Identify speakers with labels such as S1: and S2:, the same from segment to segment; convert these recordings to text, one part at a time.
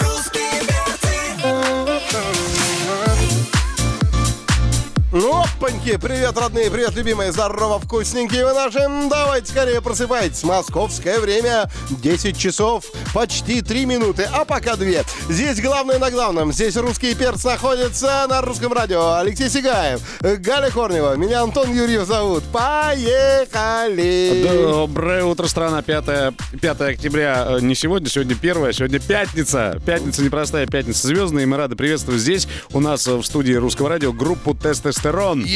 S1: русские перцы,
S2: Опаньки! Привет, родные, привет, любимые, здорово, вкусненькие вы наши. М, Давайте скорее просыпайтесь. Московское время 10 часов, почти 3 минуты, а пока 2. Здесь главное на главном. Здесь русский перц находится на русском радио. Алексей Сигаев, э, Галя Корнева, меня Антон Юрьев зовут. Поехали!
S3: Доброе утро, страна. 5, 5 октября э, не сегодня, сегодня первая, сегодня пятница. Пятница непростая, пятница звездная. И мы рады приветствовать здесь у нас э, в студии Русского радио группу «Тестостерон».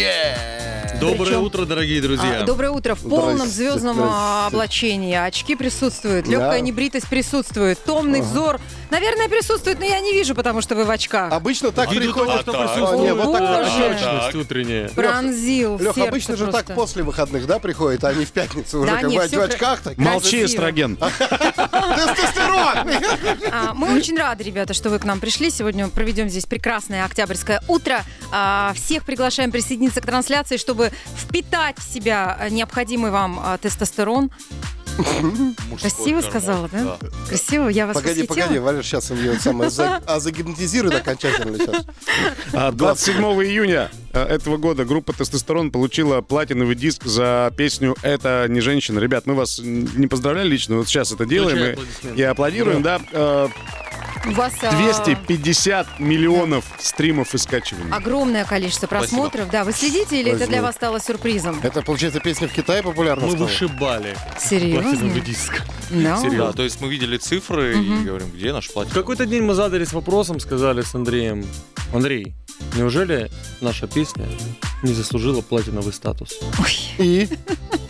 S4: Доброе
S5: Причем-
S4: утро, дорогие друзья.
S5: А, доброе утро. В полном
S2: Здрасте,
S5: звездном
S2: здрасте.
S5: а, облачении. Очки присутствуют, легкая
S2: Да.
S5: небритость присутствует, томный взор. Наверное, присутствует, но я не вижу, потому что вы в очках.
S2: Обычно так
S4: Видно
S2: приходит... А,
S4: только, что
S2: не,
S4: присутствует.
S2: вот так-
S5: Боже.
S4: Точность утренняя.
S5: Пронзил
S2: Лех,
S5: сердце
S2: обычно же
S5: просто.
S2: так после выходных, да, приходит, а не в пятницу уже,
S5: Да,
S2: как
S5: не,
S2: бы,
S5: всё
S2: в
S5: кра-
S2: очках так.
S3: Молчи,
S5: Красиво.
S3: эстроген.
S2: Тестостерон!
S5: А, мы очень рады, ребята, что вы к нам пришли. Сегодня мы проведем здесь прекрасное октябрьское утро. А, всех приглашаем присоединиться к трансляции, чтобы впитать в себя а, необходимый вам а, тестостерон.
S4: Мужской
S5: Красиво
S4: гормон,
S5: сказала, да? Красиво, я вас
S2: Погоди,
S5: восхитила.
S2: погоди, Валер сейчас ее самое за- а загипнотизирует окончательно сейчас.
S3: А, 27 июня э, этого года группа «Тестостерон» получила платиновый диск за песню «Это не женщина». Ребят, мы вас н- не поздравляли лично, вот сейчас это делаем и-
S4: аплодисменты.
S3: и, аплодируем, да. Э,
S5: У вас а,
S3: 250 миллионов стримов и скачиваний.
S5: огромное количество просмотров. Да, вы следите или это для вас стало сюрпризом?
S2: Это, получается, песня в Китае популярна
S4: Мы
S2: стала?
S4: вышибали
S5: Серьезно? Ну,
S4: платиновый диск.
S5: Да.
S4: Серьезно.
S6: Да, то есть мы видели цифры и говорим, где наш
S4: В
S6: платье?
S4: какой-то день мы задались вопросом, сказали с Андреем. Андрей, неужели наша песня не заслужила платиновый статус?
S2: И?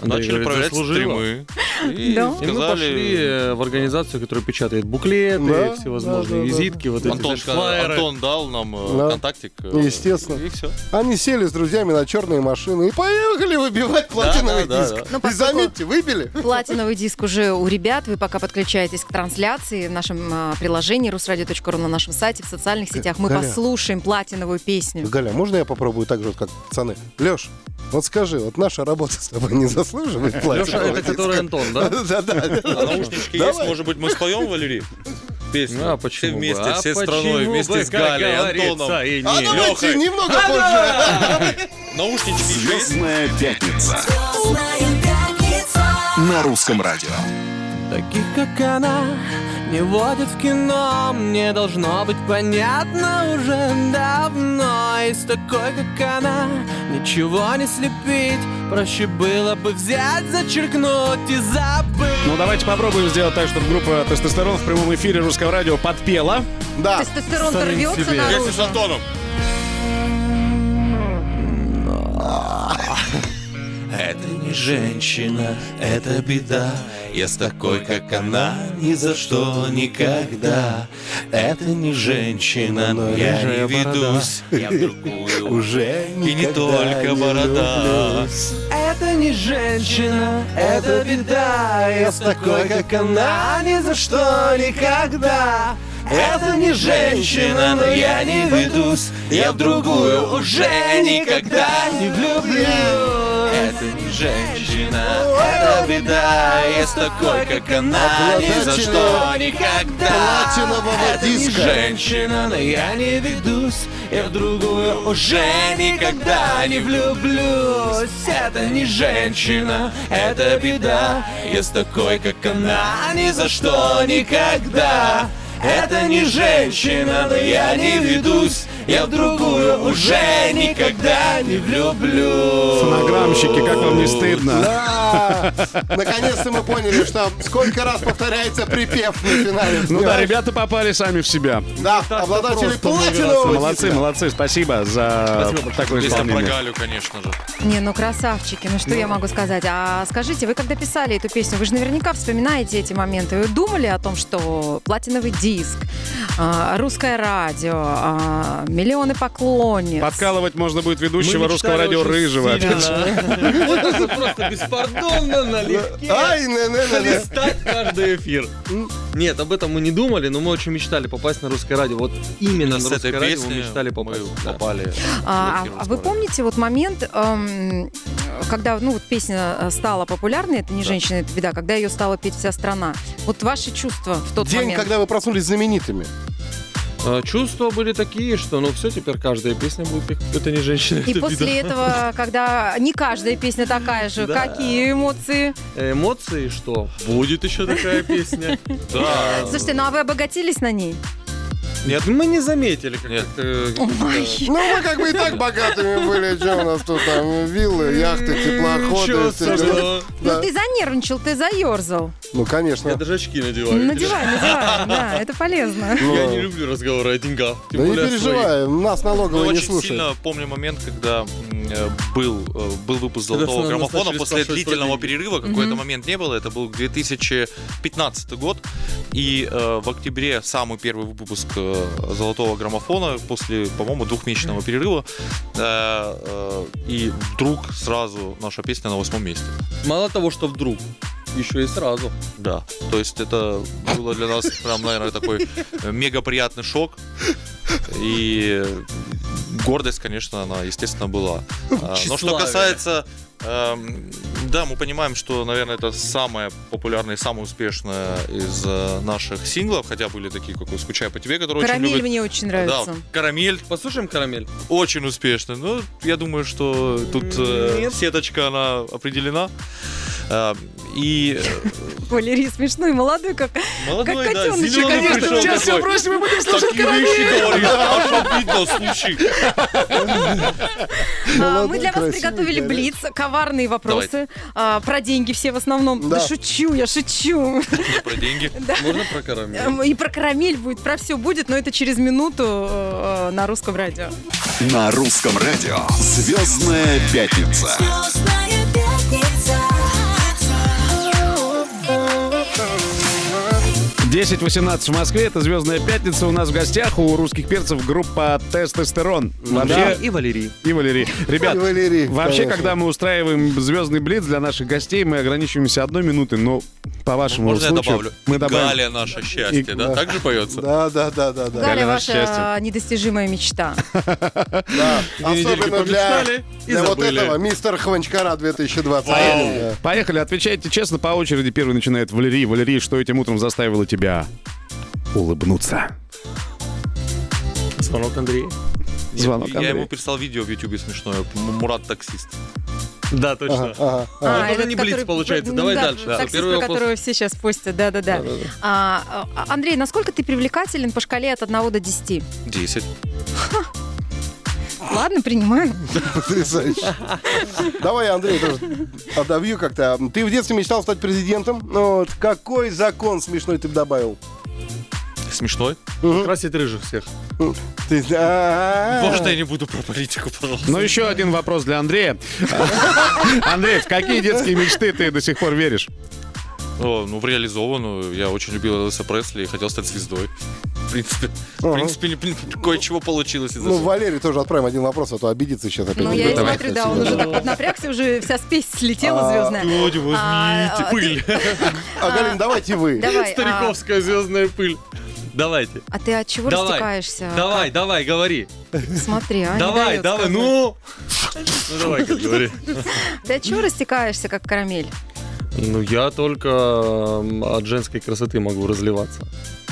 S4: Андрей
S6: Начали
S4: говорит,
S6: проверять
S4: «Заслужила».
S6: стримы. И
S5: Да.
S4: И мы пошли
S6: сказали...
S4: э, в организацию, которая печатает буклеты,
S2: Да, да, да,
S4: всевозможные
S2: да.
S4: визитки, вот эти
S6: Антон,
S4: знаешь,
S6: ска-
S4: флаеры.
S6: Антон дал нам э,
S2: Да.
S6: контактик. э,
S2: Естественно.
S6: И все.
S2: Они сели с друзьями на черные машины и поехали выбивать платиновый
S6: да, да,
S2: диск.
S5: да.
S2: И заметьте, выбили.
S5: Платиновый диск уже у ребят. Вы пока подключаетесь к трансляции в нашем а, приложении rusradio.ru на нашем сайте, в социальных сетях. Мы
S2: Галя.
S5: послушаем платиновую песню.
S2: Галя, можно я попробую так же, вот как пацаны? Леш, вот скажи, вот наша работа с тобой не заслуживает
S4: Леша,
S2: платинового
S4: это
S2: диска?
S4: который Антон, да?
S2: Да-да.
S6: А наушнички есть, может быть, мы споем, Валерий? Песню.
S4: Ну, а почему
S6: Все
S4: бы?
S6: вместе,
S4: А
S6: всей
S4: почему
S6: страной,
S4: бы,
S6: вместе с
S4: как
S6: Галей,
S4: говорится,
S6: Антоном.
S4: и
S2: А
S4: не.
S2: давайте
S6: Лёха.
S2: немного позже.
S6: Наушнички еще есть?
S1: звездная пятница.
S4: Таких, как она, не водят в кино Мне должно быть понятно уже давно И с такой, как она, ничего не слепить Проще было бы взять, зачеркнуть и забыть
S3: Ну, давайте попробуем сделать так, чтобы группа «Тестостерон» в прямом эфире русского радио подпела.
S2: Да.
S5: Тестостерон
S4: Сами
S5: рвется
S4: себе.
S6: Вместе с
S5: наружу.
S6: Антоном.
S7: Это не женщина, это беда. Я с такой, как она, ни за что никогда. Это не женщина, но я не ведусь. Я в другую уже И не только борода.
S4: Это не женщина, это беда Я с такой, как она, ни за что никогда
S7: Это не женщина, но я не ведусь. Я в другую уже никогда не влюблюсь. Это не женщина, это беда. Я с такой, как она, ни за что никогда.
S2: Платинового
S7: А, Это не
S2: диска.
S7: женщина, но я не ведусь. Я в другую уже никогда не влюблюсь. Это не женщина, это беда. Я с такой, как она, ни за что никогда. Это не женщина, но я не ведусь. Я в другую уже никогда не влюблюсь.
S3: Фонограммщики, как вам не стыдно?
S2: Да. Наконец-то мы поняли, что сколько раз повторяется припев на финале.
S3: Ну да, ребята попали сами в себя.
S2: Да, обладатели платинового
S3: Молодцы,
S2: диска.
S3: молодцы, спасибо за такое
S6: Песня про
S3: исполнение.
S6: Галю, конечно же.
S5: Не, ну красавчики, ну что я могу сказать? А скажите, вы когда писали эту песню, вы же наверняка вспоминаете эти моменты. Вы думали о том, что платиновый диск, а, русское радио, а, миллионы поклонниц.
S3: Подкалывать можно будет ведущего
S7: Мы
S3: русского
S7: мечтали
S3: радио
S7: очень
S3: Рыжего.
S7: сильно.
S3: опять же.
S7: Вот это просто беспардонно налегке.
S2: Ай, не, не, не, не.
S7: Листать каждый эфир. Нет, об этом мы не думали, но мы очень мечтали попасть на русское радио. Вот именно
S6: Именно
S7: на
S6: с этой
S7: русское радио мы
S6: песней
S7: мечтали попасть.
S6: мы
S7: Да.
S6: попали.
S5: А,
S6: в эфир
S5: а вы
S6: «Русского радио».
S5: помните вот момент, эм, когда ну вот песня э, стала популярной, это не женщина, это беда, когда ее стала петь вся страна. Вот ваши чувства в тот
S2: День,
S5: момент.
S2: когда вы проснулись знаменитыми.
S7: А, Чувства были такие, что ну все, теперь каждая песня будет пик- Это не женщина,
S5: И
S7: это
S5: после этого, когда не каждая песня такая же,
S7: Да.
S5: какие эмоции?
S7: беда. Э, Эмоции что?
S6: Будет еще такая песня. Да.
S5: Слушайте, ну а вы обогатились на ней?
S7: Нет, мы не заметили. Как э,
S6: Нет.
S7: как-то-
S5: Ой.
S2: Ну, мы как бы и так богатыми были. Что у нас тут там? Виллы, яхты, теплоходы. всё
S7: Ничего страшного.
S2: дела. Да.
S5: Ну ты занервничал, ты заерзал.
S2: Ну,
S6: Я
S2: конечно.
S6: даже очки надеваю.
S5: Надевай, надевай, да, это полезно.
S6: Я
S2: Ну,
S6: не люблю разговоры о деньгах. тем
S2: Да не
S6: более о своих.
S2: переживай, нас
S6: Ну,
S2: налоговые не
S6: очень
S2: слушают.
S6: сильно помню момент, когда м, э, был, э, был выпуск
S7: Когда
S6: «Золотого
S7: нас
S6: граммофона».
S7: начали
S6: После
S7: спрашивать про
S6: длительного
S7: деньги.
S6: перерыва какой-то момент не было. Это был 2015 год. И э, в октябре самый первый выпуск э, «Золотого граммофона» после, по-моему, двухмесячного перерыва. Э, э, И вдруг сразу наша песня на восьмом месте.
S7: Мало того, что вдруг, еще и сразу.
S6: Да. То есть это было для нас прям, наверное, такой э, мега приятный шок. И гордость, конечно, она, естественно, была. А, Но что
S7: Тщеславие.
S6: касается... эм, Да, мы понимаем, что, наверное, это самое популярное и самое успешное из э, наших синглов, хотя были такие, как «Скучаю по тебе», которые очень
S5: Карамель
S6: любят.
S5: мне очень
S6: Да,
S5: нравится.
S6: «Карамель»
S7: Послушаем карамель.
S6: очень успешный. Ну, я думаю, что тут э,
S7: Нет.
S6: сеточка, она определена. Э, И э,
S5: Валерий смешной, молодой как.
S6: молодой,
S5: Как
S6: да,
S5: котеночек,
S6: зелёный
S5: конечно,
S6: пришёл
S5: сейчас
S6: такой.
S7: бросим и будем
S6: Такие вещи говоришь, аж обидно, слушай.
S5: А, Мы
S2: Молодой,
S5: для вас
S2: красивый
S5: приготовили
S2: парень.
S5: блиц, коварные вопросы. а, Про деньги все в основном. Да
S2: Да.
S5: шучу, я шучу.
S6: Не про деньги.
S7: Можно про карамель?
S5: Эм, И про карамель будет, про все будет, но это через минуту э, на русском радио.
S8: На русском радио «Звездная пятница».
S1: Звездная пятница.
S3: 10.18 в Москве, это «Звездная пятница». У нас в гостях у русских перцев группа «Тестостерон». Вообще,
S7: и Валерий.
S3: и Валерий. Ребят,
S2: И Валерий,
S3: вообще,
S2: конечно.
S3: когда мы устраиваем «Звездный блиц» для наших гостей, мы ограничиваемся одной минутой, но по вашему
S6: Можно я
S3: случаю
S6: добавлю?
S3: мы добавим.
S6: Галя наше счастье, да? Так же поется?
S2: Да, да, да, да, да.
S5: Галя,
S3: Галя,
S5: ваша
S3: наше счастье.
S5: недостижимая мечта.
S2: Да, Особенно для,
S7: помечтали и
S2: для вот
S7: забыли.
S2: этого мистер Хванчкара 2020. Да.
S3: Поехали, отвечайте честно по очереди. Первый начинает Валерий. Валерий, что этим утром заставило тебя улыбнуться?
S7: Звонок Андрея.
S6: Я-
S3: Звонок
S6: Я ему
S3: Андрей.
S6: прислал видео в Ютубе смешное. М- Мурат таксист.
S7: Да, точно.
S2: Ага, ага.
S7: Ну, это
S5: А, этот,
S7: не блиц
S5: который-
S7: получается.
S5: ну
S7: Давай
S5: да,
S7: дальше. Да.
S5: Таксист,
S7: Первый
S5: про
S7: вопрос.
S5: которого все сейчас постят, да-да-да. А, а, Андрей, насколько ты привлекателен по шкале от 1 до 10?
S6: 10.
S5: Ладно, принимаю.
S2: Потрясающе. Давай, Андрей, тоже отдавью как-то. Ты в детстве мечтал стать президентом. Ну, Вот какой закон смешной ты бы добавил?
S6: Смешной.
S7: Красить рыжих всех.
S2: Ты- А,
S3: А.
S2: А-а-а.
S6: Можно я не буду про политику, пожалуйста?
S3: Ну, еще один вопрос для Андрея. Андрей, в какие детские мечты ты до сих пор веришь?
S6: О, ну, в реализованную. Я очень любил Элвиса Пресли и хотел стать звездой. В принципе, в
S2: Ага.
S6: принципе, не- не- кое-чего получилось из
S2: Ну,
S6: этого.
S2: Валерий тоже отправим один вопрос, а то обидится сейчас опять.
S5: Ну, я и
S2: Давай.
S5: смотрю, да, он уже так вот напрягся, уже вся спесь слетела
S2: А,
S7: ну,
S5: звездная.
S6: Господи,
S5: А, а,
S6: возьмите пыль.
S2: А, Галин, давайте вы.
S5: Давай, а,
S7: Стариковская звездная пыль. Давайте.
S5: а ты от чего
S7: Давай.
S5: растекаешься?
S7: Давай, давай, говори.
S5: Смотри, а, не
S7: Давай,
S5: дает
S7: давай,
S5: сказать.
S7: ну. Ну давай, говори.
S5: Ты от чего растекаешься, как карамель?
S7: Ну я только м, от женской красоты могу разливаться.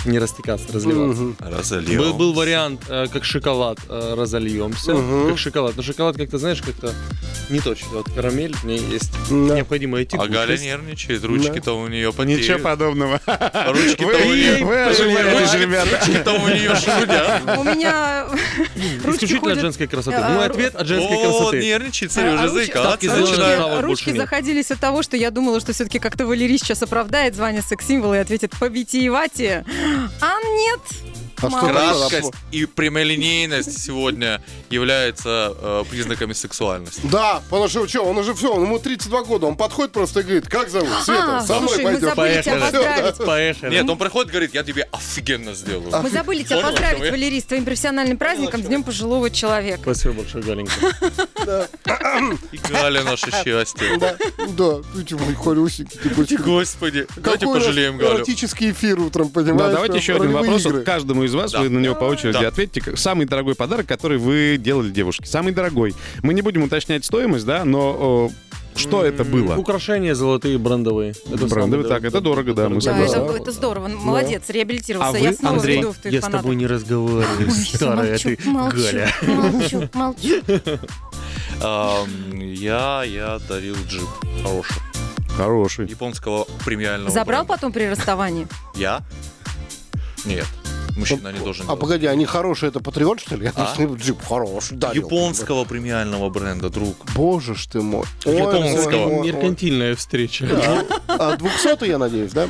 S7: Не растекаться, разливаться.
S2: Мгм.
S6: Разолил.
S7: Был, был вариант, э, как шоколад э, разольемся,
S2: Мгм.
S7: как шоколад. Но шоколад, как ты знаешь, как-то не точно. Вот карамель, мне есть
S2: Да.
S7: необходимая
S6: А
S7: текучесть.
S6: Галя нервничает, ручки-то у нее потеют.
S3: Типа,
S6: а
S3: Ничего подобного.
S6: Ручки-то
S3: Вы
S6: у нее...
S3: вы ошибаетесь, ребята.
S6: Ручки-то у нее шелудят.
S5: У меня ручки
S7: Исключительно от
S5: ходят...
S7: женской красоты.
S5: Э,
S7: Мой
S5: а,
S7: ответ от женской
S6: О,
S7: красоты.
S6: нервничает,
S5: а,
S6: Сережа,
S5: ручки-
S6: заикаться.
S7: ставки сделаны.
S6: начинает.
S5: Ручки,
S7: Начинала вот
S5: ручки
S7: больше нет.
S5: заходились от того, что я думала, что все-таки как-то Валерий сейчас оправдает звание секс-символа и ответит «Побитиевати». А нет,
S2: А что
S5: мало.
S2: такое?
S6: Краткость и прямолинейность сегодня являются э, признаками сексуальности.
S2: Да, потому что что, он уже все, ему 32 года, он подходит просто и говорит, как зовут? Света,
S5: А,
S2: со мной
S5: слушай, мы
S2: пойдем.
S5: забыли тебя
S6: Поехали.
S5: поздравить.
S6: Нет, он проходит, говорит, я тебе офигенно сделаю.
S2: А.
S5: Мы забыли тебя
S6: Понял, о чем
S5: поздравить,
S6: я?
S5: Валерий, с твоим профессиональным праздником, с Днем пожилого человека.
S7: Спасибо большое, Галенька.
S6: И Галя наше счастье.
S2: Да, да, ты чё, мой хорюсенький, ты больше.
S6: Господи, давайте
S2: Какой у нас
S6: пожалеем Галю.
S2: Эротический эфир утром,
S6: Ну,
S2: понимаешь?
S6: а
S3: Да, давайте
S2: Там
S3: еще один
S2: ролевые
S3: вопрос.
S2: игры.
S3: Вот каждому из вас,
S6: Да.
S3: вы на него по очереди
S6: Да.
S3: ответьте. Как- Самый дорогой подарок, который вы делали девушке. Самый дорогой. Мы не будем уточнять стоимость, да, но э, что это было?
S7: Украшения золотые, брендовые. Это
S3: Брендовые,
S7: самое
S3: так, это дорого, да, мы
S7: дорогое.
S5: Да, это,
S3: согласны.
S5: это здорово. Ну, Молодец, реабилитировался.
S3: А вы,
S5: я снова
S3: Андрей,
S5: веду в твоих
S7: Я с тобой
S5: фанатов.
S7: не разговариваю,
S5: Всё,
S7: старая а
S5: молчу,
S7: ты
S5: молчу,
S7: Галя.
S5: молчу, молчу.
S6: Ам, Я, я дарил джип. Хороший.
S3: Хороший.
S6: Японского
S7: Ну,
S6: премиального.
S5: Забрал
S6: бренда.
S5: потом при расставании?
S6: Я? Нет. Мужчина не должен.
S2: А
S6: делать.
S2: погоди, они хорошие, это патриот, что ли? Я
S6: А?
S2: думал, джип хороший, да.
S6: Японского премиального бренда, друг.
S2: Боже ж ты мой. Ой,
S6: Японского.
S2: ой, ой, ой.
S7: Меркантильная встреча.
S2: А 200 я надеюсь, да?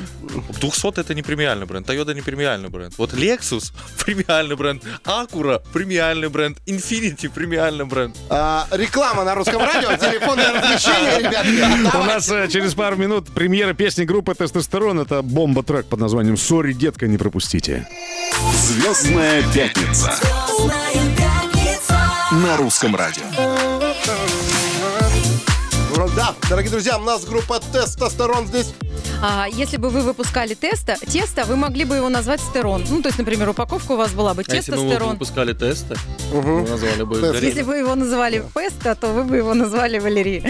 S6: 200 это не премиальный бренд, Toyota не премиальный бренд. Вот Lexus премиальный бренд, Acura премиальный бренд, Infinity премиальный бренд.
S2: А, реклама на русском радио, телефонное развлечение, ребятки.
S3: У нас э, через пару минут премьера песни группы «Тестостерон». Это бомба-трек под названием «Сори, детка, не пропустите».
S8: Звездная пятница
S1: Звездная пятница.
S8: на русском радио.
S2: Ну Да, дорогие друзья, у нас группа тестостерон здесь.
S5: А, если бы вы выпускали теста, тесто, вы могли бы его назвать стерон. Ну, то есть, например, упаковка у вас была бы
S7: А если бы мы
S5: тестостерон.
S7: выпускали тесты,
S2: Мгм.
S7: мы назвали бы их
S2: Тесты.
S7: Галина.
S5: Если бы его называли Песта, то вы бы его назвали Валерий.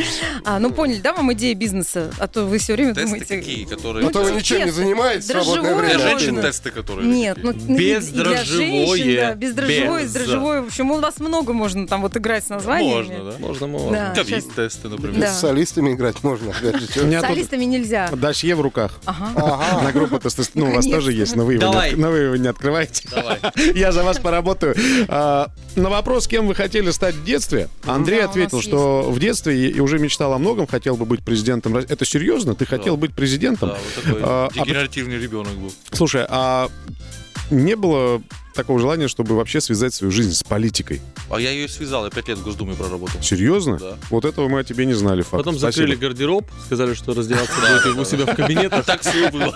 S5: А, ну, поняли, да, вам идея бизнеса? А то вы все время
S6: Тесты
S5: думаете...
S6: какие, которые...
S2: А то вы
S5: Ну,
S2: ничем не
S5: тесто.
S2: занимаетесь в свободное
S6: для
S5: Дрожжевое
S2: время.
S5: можно.
S6: женщин тесты, которые...
S5: Нет, ну
S7: Без
S5: и для
S7: дрожжевое,
S5: женщин, да, без дрожжевое,
S7: без.
S5: без дрожжевое. В общем, у вас много можно там вот играть с названиями.
S6: Можно, да?
S7: Можно, можно.
S5: Да, сейчас
S6: Ковид-тесты, например.
S5: Да.
S2: С солистами играть можно, опять же,
S3: У
S2: чё.
S3: меня
S5: с
S3: тут
S5: солистами нельзя.
S3: досье в руках.
S5: Ага.
S2: Ага.
S3: На группу «Тестостерон». Ну, у вас
S5: Наконец-то.
S3: тоже есть, но вы его,
S7: Давай.
S3: не, от- но вы его не открываете.
S6: Давай.
S3: Я за вас поработаю. А, На вопрос, кем вы хотели стать в детстве, Андрей
S5: Да, у
S3: ответил,
S5: нас
S3: что в детстве и уже мечтал о многом, хотел бы быть президентом. Рос- Это серьезно? Ты хотел быть президентом?
S6: Да, вот такой
S3: А, а
S6: дегенеративный ребенок был.
S3: Слушай, а не было такого желания, чтобы вообще связать свою жизнь с политикой?
S6: А я ее связал, я пять лет в Госдуме проработал.
S3: Серьезно?
S6: Да.
S3: Вот этого мы о тебе не знали, факт.
S7: Потом
S3: Спасибо.
S7: закрыли гардероб, сказали, что раздеваться будет у себя в кабинетах.
S6: Так все и было.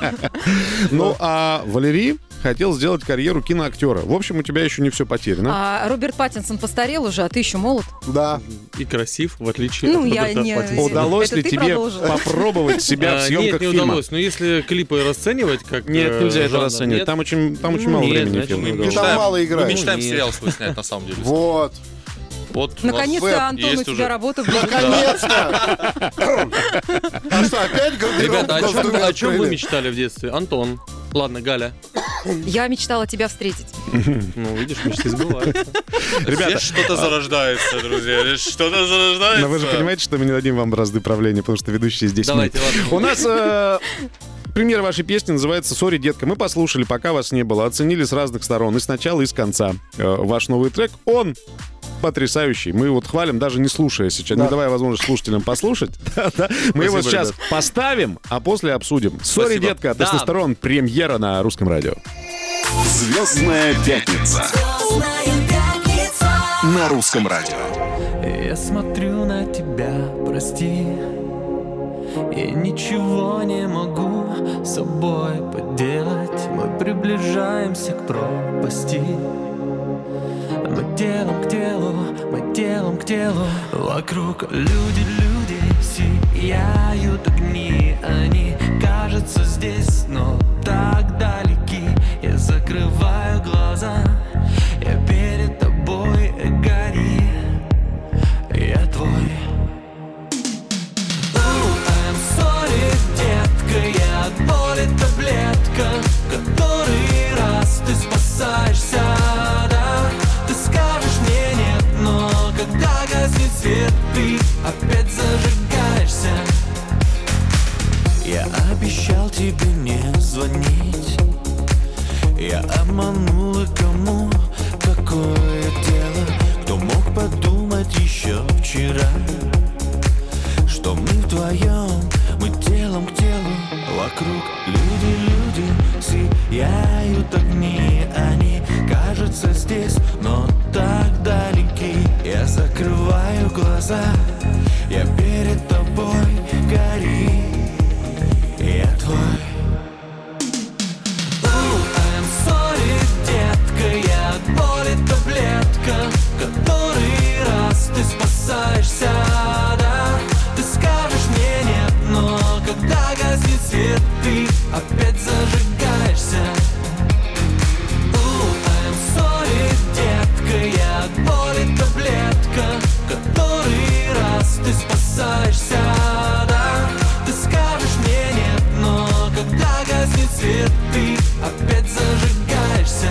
S3: Ну, а Валерий хотел сделать карьеру киноактера. В общем, у тебя еще не все потеряно.
S5: А Роберт Паттинсон постарел уже, а ты еще молод.
S2: Да.
S7: И красив, в отличие
S5: Ну,
S7: от
S5: я
S7: Роберта
S5: не-
S7: Паттинсона.
S3: Удалось
S5: Это
S3: ли
S5: ты
S3: тебе
S5: продолжил.
S3: попробовать себя в
S7: А,
S3: съемках
S7: Нет, не
S3: фильма?
S7: удалось. Но если клипы расценивать как...
S3: Нет,
S7: э,
S3: нельзя это
S7: жанр,
S3: расценивать.
S7: нет. Ну,
S3: Там очень, там очень мало
S7: Нет,
S3: времени
S7: значит,
S3: фильм.
S7: мы
S3: да.
S7: мечтаем.
S2: Там мало
S6: Мы
S2: играет.
S6: мечтаем
S7: Нет.
S6: сериал свой снять, на самом деле.
S2: Вот.
S6: Вот у нас веб
S5: Наконец-то, Антон, у
S6: есть
S5: тебя
S6: уже.
S5: работа в
S2: Наконец-то! А что, опять гардероб
S7: Ребята,
S6: а
S2: в
S7: о чем,
S2: Госдуме
S7: о чем вы
S2: открыли?
S7: мечтали в детстве? Антон. Ладно, Галя.
S5: Я мечтала тебя встретить.
S7: Ну, видишь, мечты сбываются.
S6: Здесь что-то зарождается, друзья. Здесь что-то зарождается.
S3: а- Но вы же понимаете, что мы не дадим вам бразды правления, потому что ведущие здесь нет.
S7: Давайте, ладно.
S3: У нас э, премьера вашей песни называется «Сори, детка». Мы послушали, пока вас не было, оценили с разных сторон, и с начала, и с конца. Э, ваш новый трек, он потрясающий. Мы вот хвалим, даже не слушая сейчас, не давая возможность слушателям послушать. Да, да. Мы его
S7: Спасибо,
S3: сейчас поставим, а после обсудим. «Сори,
S7: Спасибо.
S3: детка»,
S7: Да.
S3: «Тестостерон», премьера на русском радио.
S8: Звездная пятница
S1: Звездная пятница.
S8: на русском радио.
S4: Я смотрю на тебя, прости И ничего не могу с собой поделать Мы приближаемся к пропасти Мы телом к телу, мы телом к телу Вокруг люди, люди сияют огни Они кажутся здесь, но так далеки Я закрываю глаза, я перед тобой э, гори я твой. I'm sorry, детка, я от боли таблетка, в который раз ты спасаешься, да? Ты скажешь мне нет, но когда гаснет свет, ты опять зажигаешься. Я обещал тебе не звонить, я обманула кому какое дело Кто мог подумать еще вчера Что мы вдвоем, мы телом к телу Вокруг люди, люди, сияют огни Они
S7: Я перед тобой гори, я твой. Ooh, I'm sorry, детка, я от боли таблетка, который раз ты спасаешься, да? Ты скажешь мне нет, но когда гаснет свет, ты опять зажигаешься. Ooh, I'm sorry, детка, я от боли таблетка, который раз ты спасаешься, да? Ты скажешь мне нет, но когда гаснет свет, ты опять зажигаешься.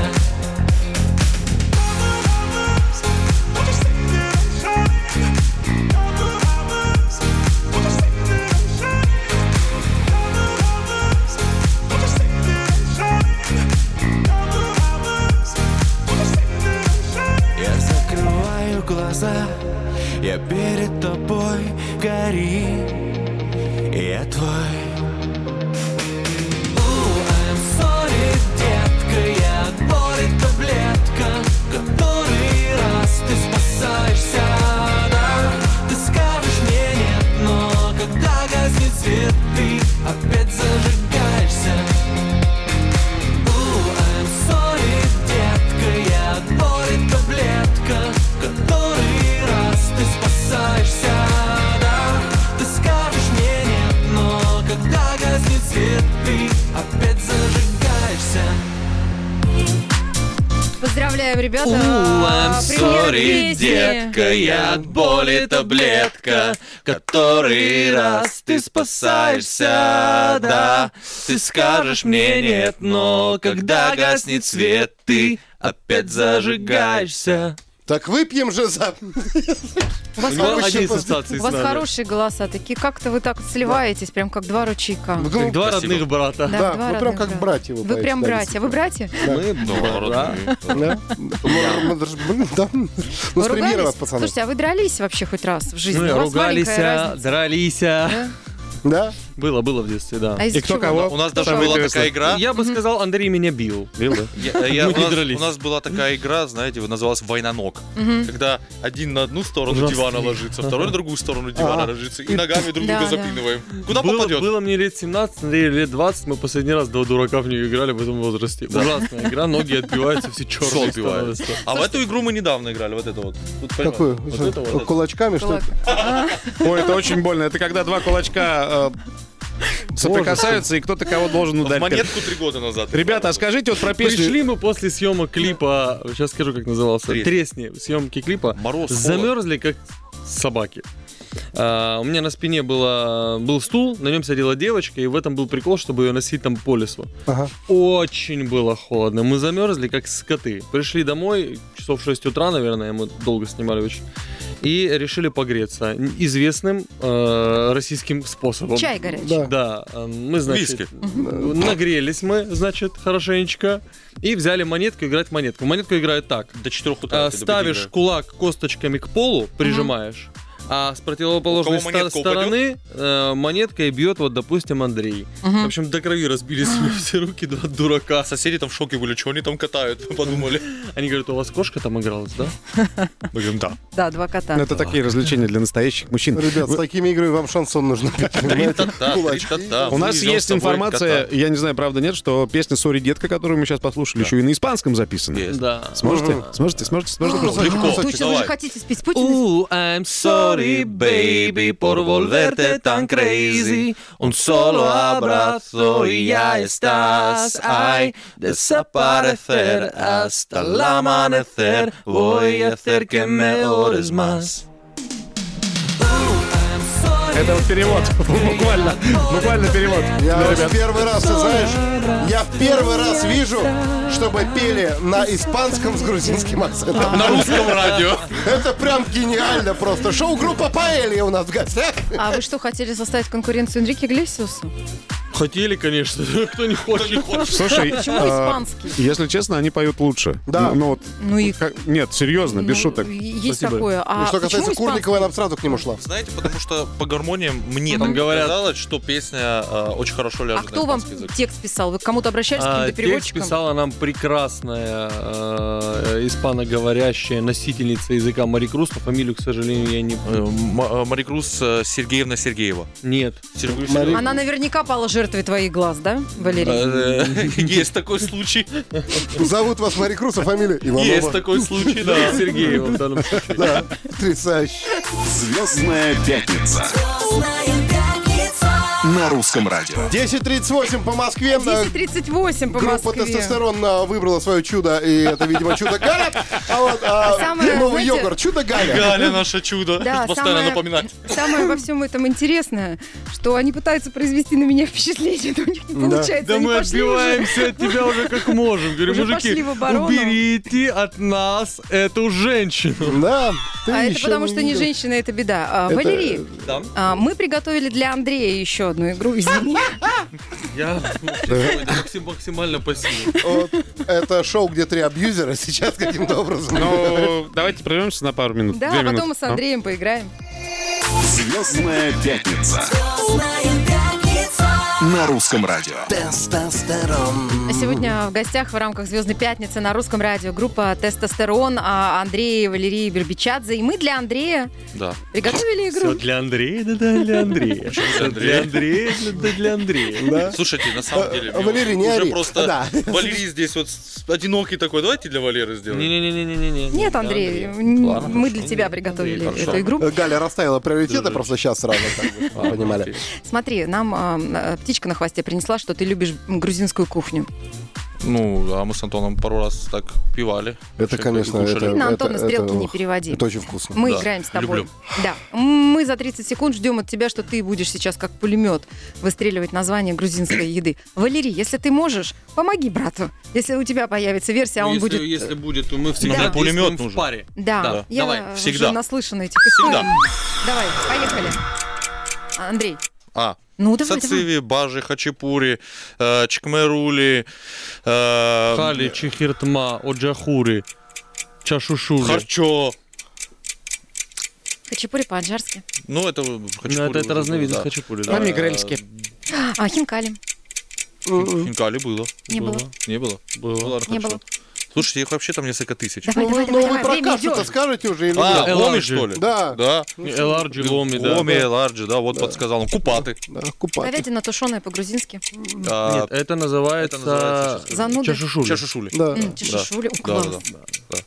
S7: Я закрываю глаза, я перед тобой гори, я твой. Ooh, I'm sorry, детка, я от боли таблетка, который раз ты спасаешься, да? Ты скажешь мне нет, но когда гаснет свет, ты опять зажигаешься. Ooh, I'm sorry, детка, я от боли таблетка, который раз ты спасаешься, да? Ты скажешь мне нет, но когда гаснет свет, ты опять зажигаешься.
S5: Поздравляем, ребята.
S7: Ooh, I'm
S5: А, премьера
S7: sorry,
S5: песни.
S7: детка, я от боли таблетка, который раз ты спасаешься, да, ты скажешь мне нет, но когда гаснет свет, ты опять зажигаешься.
S2: Так выпьем же за...
S5: У вас,
S2: Ну,
S5: хоро-
S2: вообще
S7: Один
S2: просто-
S7: ассоциации
S5: у вас
S7: сразу.
S5: хорошие голоса, такие как-то вы так сливаетесь, прям как два ручейка.
S2: Ну,
S7: Как два
S6: Спасибо.
S7: родных
S5: Да,
S7: брата.
S2: Да,
S5: два
S2: вы прям
S5: родных
S2: как
S5: брата.
S2: братья вы
S5: Вы прям
S2: поете, да,
S5: братья. Вы братья?
S6: Мы да.
S2: Да? Ну, да. Ну,
S5: Вы
S2: спримировать,
S5: ругались?
S2: пацаны.
S5: Слушайте, а вы дрались вообще хоть раз в жизни?
S7: Мы
S5: У вас
S7: Ну ругались, э, а,
S5: маленькая разница.
S7: дрались. а.
S2: Да?
S7: Было, было в детстве, да.
S5: А из
S3: И кто
S5: чего?
S3: кого?
S6: У нас даже
S3: Самое
S6: была
S3: интересное.
S6: такая игра.
S7: Я бы сказал, Андрей меня бил.
S3: Бил, да?
S6: Я- э, я-
S7: Мы
S6: у,
S7: не
S6: нас,
S7: дрались.
S6: у нас была такая игра, знаете, вот называлась «Война ног». Когда один на одну сторону
S7: Ужасный.
S6: дивана ложится, второй на другую
S3: А.
S6: сторону дивана ложится, и ногами друг
S5: Да,
S6: друга
S5: да.
S6: запинываем. Куда
S7: было,
S6: попадет?
S7: было мне лет 17, Андрею лет 20, мы последний раз до дурака в нее играли в этом возрасте. Ужасная игра, ноги отбиваются, все черные
S6: Всё отбивается.
S7: становятся.
S6: А в эту игру мы недавно играли, вот это вот. Тут, понимаешь,
S2: Какую?
S6: Вот это вот. это.
S2: Кулачками, что ли?
S3: Ой, это очень больно. Это когда два кулачка э, соприкасаются, и кто-то кого должен
S6: В
S3: ударить.
S6: монетку три года назад.
S3: Ребята, а скажите вот про песню.
S7: Пришли мы после съемок клипа, сейчас скажу, как назывался, «Тресни», съемки клипа,
S6: Мороз, холод.
S7: замерзли, как собаки. А, у меня на спине была, был стул, на нем сидела девочка, и в этом был прикол, чтобы ее носить там по лесу.
S2: Ага.
S7: Очень было холодно. Мы замерзли, как скоты. Пришли домой, часов 6 утра, наверное, мы долго снимали очень. И решили погреться н- известным э, российским способом.
S5: Ну, Чай горячий.
S2: Да.
S7: Да, э, мы, значит,
S6: Виски.
S7: н- нагрелись мы, значит, хорошенечко, и взяли монетку играть в монетку. Монетку играют так.
S6: До 4 утра.
S7: Э,
S6: это
S7: Ставишь
S6: добренькая.
S7: кулак косточками к полу, прижимаешь, а с
S6: У
S7: противоположной
S6: кого
S7: ста-
S6: монетка
S7: стороны э, монеткой бьет, вот, допустим, Андрей. В общем, до крови разбились у меня все руки два дурака.
S6: А соседи там в шоке были, что они там катают, подумали.
S7: Они говорят, у вас кошка там игралась, да?
S6: Мы говорим, да.
S5: Да, два кота.
S3: Ну, Это такие развлечения для настоящих мужчин.
S2: Ребят, с такими играми вам шансон нужно петь, понимаете?
S6: та-та,
S2: Кулачки.
S6: три-та-та.
S3: У нас
S6: Везем с
S3: есть
S6: тобой
S3: информация,
S6: кота.
S3: я не знаю, правда нет, что песня «Сори, детка», которую мы сейчас послушали, еще и на испанском записана.
S6: Есть.
S7: Да.
S3: Сможете? Сможете? Сможете? Сможете? просто?
S6: Легко.
S5: Точно, вы же
S6: Давай.
S5: хотите спеть Путина?
S7: Ooh, I'm sorry, baby, por volverte tan crazy. Un solo abrazo y ya estás. Ay, desaparecer hasta el amanecer. Voy a hacer que me ores más.
S3: Это вот перевод. Буквально. Буквально перевод.
S2: Я вот в первый раз, ты знаешь, я в первый раз вижу, чтобы пели на испанском с грузинским акцентом.
S6: На русском радио.
S2: Это прям гениально просто. Шоу-группа Паэлья у нас в гостях.
S5: А вы что, хотели составить конкуренцию Энрике Глесиусу?
S7: Хотели, конечно, кто не хочет.
S3: Слушай,
S5: Ну, Почему
S3: э,
S5: испанский?
S3: если честно, они поют лучше.
S2: Да.
S3: Ну, ну вот,
S5: Ну и-
S3: как- нет, серьезно, без
S5: Ну,
S3: шуток.
S5: Есть
S2: Спасибо.
S5: такое.
S2: Ну,
S5: А
S2: что касается
S5: почему
S2: Курникова,
S5: испанский?
S2: она б сразу к нему шла.
S6: Знаете, потому что по гармониям мне
S5: Там
S6: там говорят, что песня э, очень хорошо
S5: А
S6: ляжет на
S5: кто вам
S6: испанский язык.
S5: текст писал? Вы к кому-то обращались, к
S7: А,
S5: каким-то
S7: Текст
S5: переводчикам?
S7: писала нам прекрасная э, испаноговорящая носительница языка Мари Круз, но фамилию, к сожалению, я не
S6: Э,
S7: помню.
S6: М- э, Марикрус э, Сергеевна Сергеева.
S7: Нет.
S6: Сергею
S2: Мари-
S5: Она наверняка пала жертвой твоих глаз, да, Валерий?
S6: Сергеевне. Э, Есть такой случай.
S2: Зовут вас Мари Круз, а фамилия
S6: Есть
S2: Иванова.
S6: такой случай, да.
S7: Сергеева в данном случае.
S2: Да, потрясающе.
S8: Звездная пятница
S1: Звездная пятница.
S8: на русском радио.
S2: 10.38 по Москве.
S5: 10.38 по
S2: э, Группа
S5: Москве.
S2: тестостерон а, выбрала свое чудо, и это, видимо, чудо Галя. А вот а,
S5: самое,
S2: новый
S5: знаете- А
S2: йогурт, чудо Галя.
S6: Галя, наше чудо.
S5: Да,
S6: Постоянно
S5: самое-
S6: напоминать.
S5: Самое во всем этом интересное, что они пытаются произвести на меня впечатление, но у них не получается.
S7: Да
S5: Они
S7: мы
S5: пошли уже.
S7: отбиваемся от тебя уже как можем. Говорю,
S5: Уже
S7: мужики,
S5: пошли в оборону».
S7: уберите от нас эту женщину.
S2: Да, ты
S5: А это
S2: еще
S5: потому, что не
S2: видел.
S5: женщина, это беда. А,
S2: Это-
S5: Валерий,
S6: Да.
S5: а, мы приготовили для Андрея еще одну игру, извини.
S7: Я ну, это максим- максимально пассивный.
S2: Вот, это шоу, где три абьюзера сейчас каким-то образом.
S3: Ну, давайте прервемся на пару минут.
S5: Да,
S3: две
S5: а потом
S3: минуты.
S5: мы с Андреем поиграем.
S8: Звездная пятница
S1: Звездная пятница.
S8: на русском радио.
S5: А Сегодня в гостях в рамках «Звездной пятницы» на русском радио группа «Тестостерон» а, Андрей и Валерий Бербичадзе. И мы для Андрея
S6: Да.
S5: приготовили
S7: Все
S5: игру.
S7: для Андрея, да, да, для Андрея. Все для
S6: Андрея?
S7: А Андрея, да, да, для Андрея.
S2: Да.
S6: Слушайте, на самом деле,
S2: А, Валерий, не
S6: уже
S2: ори.
S6: просто
S2: Да.
S6: Валерий здесь вот с- одинокий такой. Давайте для Валеры сделаем.
S7: Не-не-не-не-не.
S5: Нет, Андрей, м,
S6: Ладно,
S5: мы
S6: хорошо.
S5: для тебя приготовили
S6: Андрей,
S5: эту
S6: хорошо.
S5: игру.
S2: Э, Галя расставила приоритеты просто сейчас сразу, как бы, чтобы вы понимали.
S5: Смотри, нам а, м, птичка на хвосте принесла, что ты любишь м, грузинскую кухню.
S6: Ну, а мы с Антоном пару раз так пивали.
S2: Это,
S6: Вообще,
S2: конечно,
S6: кушали.
S2: это...
S5: На
S2: это-
S5: Антона
S2: это-
S5: стрелки не
S2: ух,
S5: переводи.
S2: Это очень вкусно.
S5: Мы
S6: Да,
S5: играем с тобой.
S6: люблю.
S5: Да. Мы за 30 секунд ждем от тебя, что ты будешь сейчас как пулемет выстреливать название грузинской еды. Валерий, если ты можешь, помоги брату. Если у тебя появится версия, а он
S7: если,
S5: будет...
S7: если будет, то мы
S6: Да.
S7: всегда
S6: Пулемет
S7: пулемет в
S6: нужен.
S7: паре.
S5: Да,
S6: Да,
S5: я
S6: давай,
S5: уже
S6: всегда.
S5: наслышана этих историй.
S6: Всегда.
S5: Давай, поехали. Андрей,
S6: А,
S5: ну давай, давай.
S6: Сациви, Бажи, Хачапури, э, Чкмерули, э,
S7: Хали, Чехиртма, Оджахури, Чашушури.
S6: Харчо.
S5: Хачапури по-аджарски.
S6: Ну, это
S7: Ну,
S6: Хачапури.
S7: это, это
S6: уже
S7: разновидность
S6: было, да.
S7: хачапури.
S6: Да,
S7: Да.
S5: А, хинкали.
S6: хин- Хинкали было.
S5: Не было.
S6: Не было? Ну,
S7: Было.
S6: Ладно,
S5: Не
S6: хорошо.
S5: было.
S6: Слушайте, их вообще там несколько тысяч.
S5: Давай,
S2: Ну, вы-
S5: давай,
S2: ну,
S5: давай,
S2: вы
S5: давай.
S2: про
S5: Время
S2: кашу-то
S5: идет.
S2: скажете уже или
S6: А,
S2: нет?
S7: Эларджи.
S6: Ломи, что ли?
S2: Да.
S6: Да.
S7: Эларджи, ломи, да.
S6: Ломи, Эларджи, да, вот подсказал. Ну, Купаты.
S2: Да, купать.
S5: Говядина тушеная по-грузински.
S6: А,
S7: Нет, это называется...
S6: это называется
S5: Зануда.
S7: Чашушури.
S6: Чашушули.
S2: Да.
S5: М, Чешишули. О,
S6: Да,
S5: класс.
S6: да, да. да.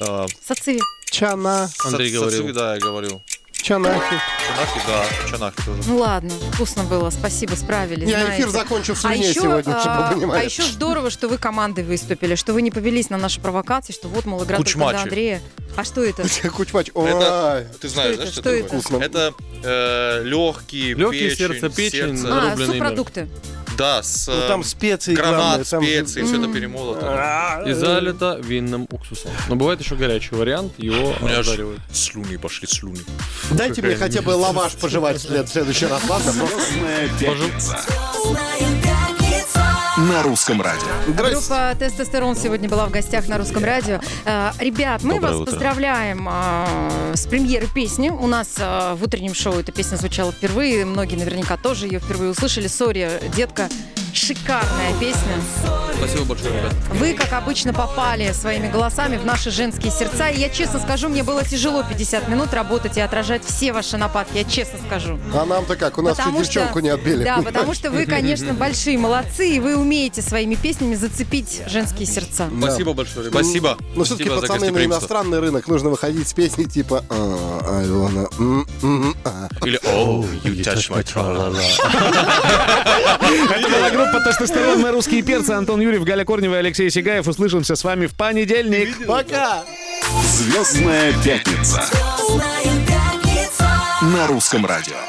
S6: Э,
S5: Сациви.
S2: Чана.
S7: Андрей
S6: Сац-
S7: говорил.
S6: Сациви, да, я говорил.
S2: Чанахи.
S6: Чанахи, да, Чанахи тоже.
S5: Ну ладно, вкусно было, спасибо, справились.
S2: Я
S5: знаете.
S2: эфир закончу в
S5: А
S2: слюне
S5: еще,
S2: сегодня, чтобы
S5: а,
S2: вы понимали.
S5: а еще здорово, что вы командой выступили, что вы не повелись на наши провокации, что вот, мол, игра только
S6: Кучмачи.
S5: для Андрея. А что это?
S2: Кучмач.
S6: Это-
S2: Ой.
S6: Ты знаешь,
S5: это?
S6: да, что
S5: Что
S6: это?
S5: это?
S6: такое?
S2: Вкусно.
S6: Это э, легкие,
S7: Легкие,
S6: печень,
S7: сердце, печень,
S6: сердце.
S7: да.
S5: А,
S7: зарубленные
S5: субпродукты.
S6: Да, с
S9: Ну,
S6: э,
S9: там специи главное,
S6: гранат,
S9: там же-
S6: специи, все это
S7: А,
S6: перемолото.
S7: И залито винным уксусом. Но бывает еще горячий вариант, его
S6: У меня аж
S7: обжаривают.
S6: слюни пошли, слюни.
S2: Дайте мне хотя бы лаваш пожевать в след- в следующий раз, ладно?
S8: Звездная пятница
S1: Звездная пятница.
S8: на русском радио.
S2: Здрасте.
S5: Группа «Тестостерон» сегодня была в гостях на Русском радио. Э, Ребят, мы
S6: Доброе
S5: вас
S6: утро.
S5: поздравляем э, с премьерой песни. У нас э, в утреннем шоу эта песня звучала впервые. Многие наверняка тоже ее впервые услышали. «Сори, детка». Шикарная песня.
S7: Спасибо большое, ребят.
S5: Вы, как обычно, попали своими голосами в наши женские сердца. И я честно скажу, мне было тяжело 50 минут работать и отражать все ваши нападки. Я честно скажу.
S2: А нам-то как? У нас чуть
S5: Потому
S2: девчонку
S5: что-
S2: не отбили.
S5: Да, потому что вы, конечно, большие молодцы, и вы умеете своими песнями зацепить женские сердца.
S7: Спасибо большое, ребят.
S6: Спасибо.
S2: Но все-таки,
S6: Спасибо за
S2: Ну, пацаны, ну, на
S6: гостеприимство.
S2: иностранный рынок нужно выходить с песни типа «А, Алена, м, м, а».
S6: Или Oh, you touch my tra-la-la».
S3: Это была группа «Тестостерон» на русские перцы. Антон Юрьев, Галя Корнева и Алексей Сигаев. Услышимся с вами в понедельник.
S2: Пока!
S8: Звездная пятница
S1: Звездная пятница.
S8: на русском радио.